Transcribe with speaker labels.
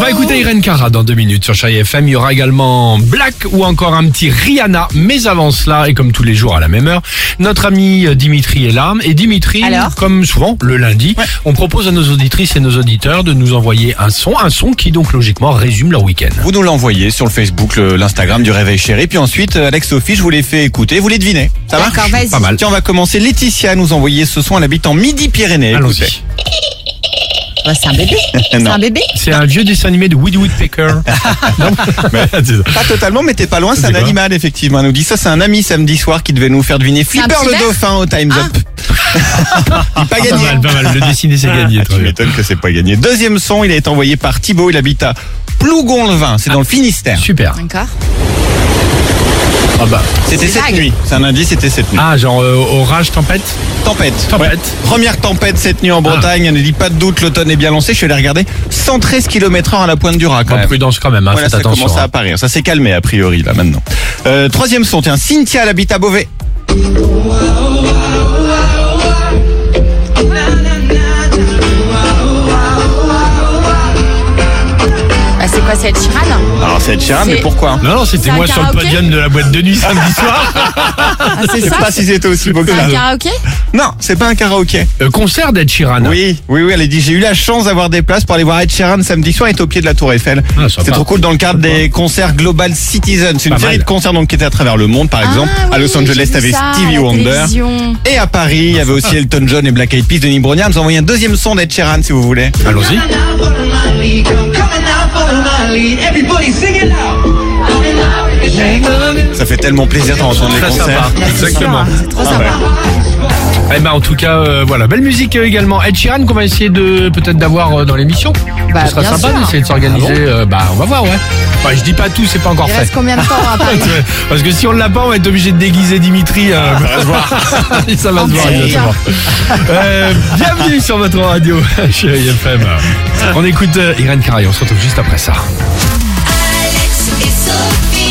Speaker 1: va écouter Irene Cara dans deux minutes sur Chai FM. Il y aura également Black ou encore un petit Rihanna. Mais avant cela, et comme tous les jours à la même heure, notre ami Dimitri est là. Et Dimitri,
Speaker 2: Alors
Speaker 1: comme souvent le lundi, on propose à nos auditrices et nos auditeurs de nous envoyer un son, un son qui donc logiquement résume leur week-end.
Speaker 3: Vous nous l'envoyez sur le Facebook, le- l'Instagram du Réveil Chéri. Puis ensuite, euh, Alex Sophie, je vous l'ai fait écouter, vous les devinez. Ça va
Speaker 2: D'accord, vas-y.
Speaker 1: Pas mal.
Speaker 3: Tiens, on va commencer. Laetitia nous envoyait ce son. Elle habite en Midi-Pyrénées.
Speaker 1: Allons-y.
Speaker 2: Bah, c'est un bébé. C'est
Speaker 3: Non.
Speaker 2: un bébé.
Speaker 1: C'est un vieux dessin animé de Woody Woodpecker. non C'est ça.
Speaker 3: Écoutez, Pas totalement, mais t'es pas loin. C'est
Speaker 1: C'est
Speaker 3: un
Speaker 1: quoi
Speaker 3: animal, effectivement. Elle nous dit ça, c'est un ami samedi soir qui devait nous faire deviner
Speaker 2: un Ah.
Speaker 3: Flipper
Speaker 2: petit
Speaker 3: le
Speaker 2: verre
Speaker 3: dauphin au Time's Up. Il est pas
Speaker 1: Ah, Pas
Speaker 3: gagné.
Speaker 1: mal, pas mal. Le dessiner, c'est gagné.
Speaker 3: Ah,
Speaker 1: très
Speaker 3: tu
Speaker 1: bien.
Speaker 3: m'étonnes que c'est pas gagné. Deuxième son, il a été envoyé par Thibaut. Il habite à Plougon-le-Vin. C'est dans le Finistère.
Speaker 1: Super.
Speaker 2: D'accord.
Speaker 1: Ah bah.
Speaker 3: C'était
Speaker 2: C'est
Speaker 3: cette
Speaker 2: vague.
Speaker 3: nuit. C'est un indice, c'était cette nuit.
Speaker 1: Ah, genre euh, orage, tempête
Speaker 3: Tempête.
Speaker 1: Tempête.
Speaker 3: Première tempête cette
Speaker 1: Ah.
Speaker 3: nuit en Bretagne. Ne dit pas de doute, l'automne est bien lancé. Je suis allé regarder 113 km/h à la pointe du Rat. Quand
Speaker 1: Bon,
Speaker 3: même.
Speaker 1: prudence quand même, hein,
Speaker 3: Voilà,
Speaker 1: faites
Speaker 3: ça
Speaker 1: attention.
Speaker 3: commence à
Speaker 1: hein.
Speaker 3: apparaître. Ça s'est calmé a priori là maintenant. Euh, troisième son, tiens, Cynthia elle habite à Beauvais.
Speaker 2: Bah, Bah, c'est quoi cette chirane
Speaker 3: Alors Ah, c'est Ed Sheeran,
Speaker 2: C'est-
Speaker 3: mais pourquoi hein
Speaker 1: Non, non, c'était
Speaker 2: C'est un
Speaker 1: moi sur le
Speaker 2: karaoké
Speaker 1: podium de la boîte de nuit samedi soir.
Speaker 2: ah,
Speaker 3: Je
Speaker 2: C'est
Speaker 3: sais
Speaker 2: ça
Speaker 3: pas si c'était aussi beau que
Speaker 2: C'est
Speaker 3: ça.
Speaker 2: un karaoké
Speaker 3: Non, c'est pas un karaoké.
Speaker 1: Euh, concert d'Ed Sheeran.
Speaker 3: Oui, oui, oui, elle a dit j'ai eu la chance d'avoir des places pour aller voir Ed Sheeran samedi soir et au pied de la Tour Eiffel.
Speaker 1: Ah, sympa.
Speaker 3: C'était trop cool dans le cadre
Speaker 1: Sympa.
Speaker 3: des concerts Global Citizen. C'est une
Speaker 1: Pas
Speaker 3: série
Speaker 1: mal.
Speaker 3: de concerts donc qui était à travers le monde, par exemple.
Speaker 2: Ah,
Speaker 3: à
Speaker 2: oui,
Speaker 3: Los Angeles,
Speaker 2: j'ai vu
Speaker 3: t'avais
Speaker 2: ça à
Speaker 3: Stevie
Speaker 2: la
Speaker 3: Wonder.
Speaker 2: télévision.
Speaker 3: Et à Paris,
Speaker 1: Ah,
Speaker 3: il y avait aussi Elton John et Black Eyed Peas, Denis Brognard. Nous avons envoyé un deuxième son d'Ed Sheeran, si vous voulez.
Speaker 1: Allons-y.
Speaker 4: Coming out for the money, I'm coming out for the money. Everybody sing it loud. Coming out with the shake of it.
Speaker 3: Ça fait tellement plaisir d'entendre les
Speaker 1: Très
Speaker 3: concerts.
Speaker 1: sympa.
Speaker 2: Bah, c'est
Speaker 1: Exactement.
Speaker 2: sûr, C'est trop
Speaker 3: Ah
Speaker 2: sympa.
Speaker 3: ouais.
Speaker 1: Eh ben, en tout cas, euh, voilà, belle musique euh, également. Ed Sheeran qu'on va essayer de peut-être d'avoir euh, dans l'émission.
Speaker 2: Bah,
Speaker 1: Ce sera
Speaker 2: bien
Speaker 1: sympa
Speaker 2: sûr. Ah
Speaker 1: d'essayer de s'organiser. euh, bah, on va voir, ouais. Bah, je dis pas tout, c'est pas encore
Speaker 2: Il
Speaker 1: fait.
Speaker 2: reste combien de temps à Paris
Speaker 1: Ouais, Parce que si on l'a pas, on va être obligé de déguiser Dimitri. euh, Et ça va se
Speaker 2: En
Speaker 1: voir.
Speaker 2: petit.
Speaker 1: exactement. Euh, bienvenue sur votre radio, chez IFM. On écoute euh, Irène Carré, on se retrouve juste après ça.
Speaker 5: Alex et Sophie.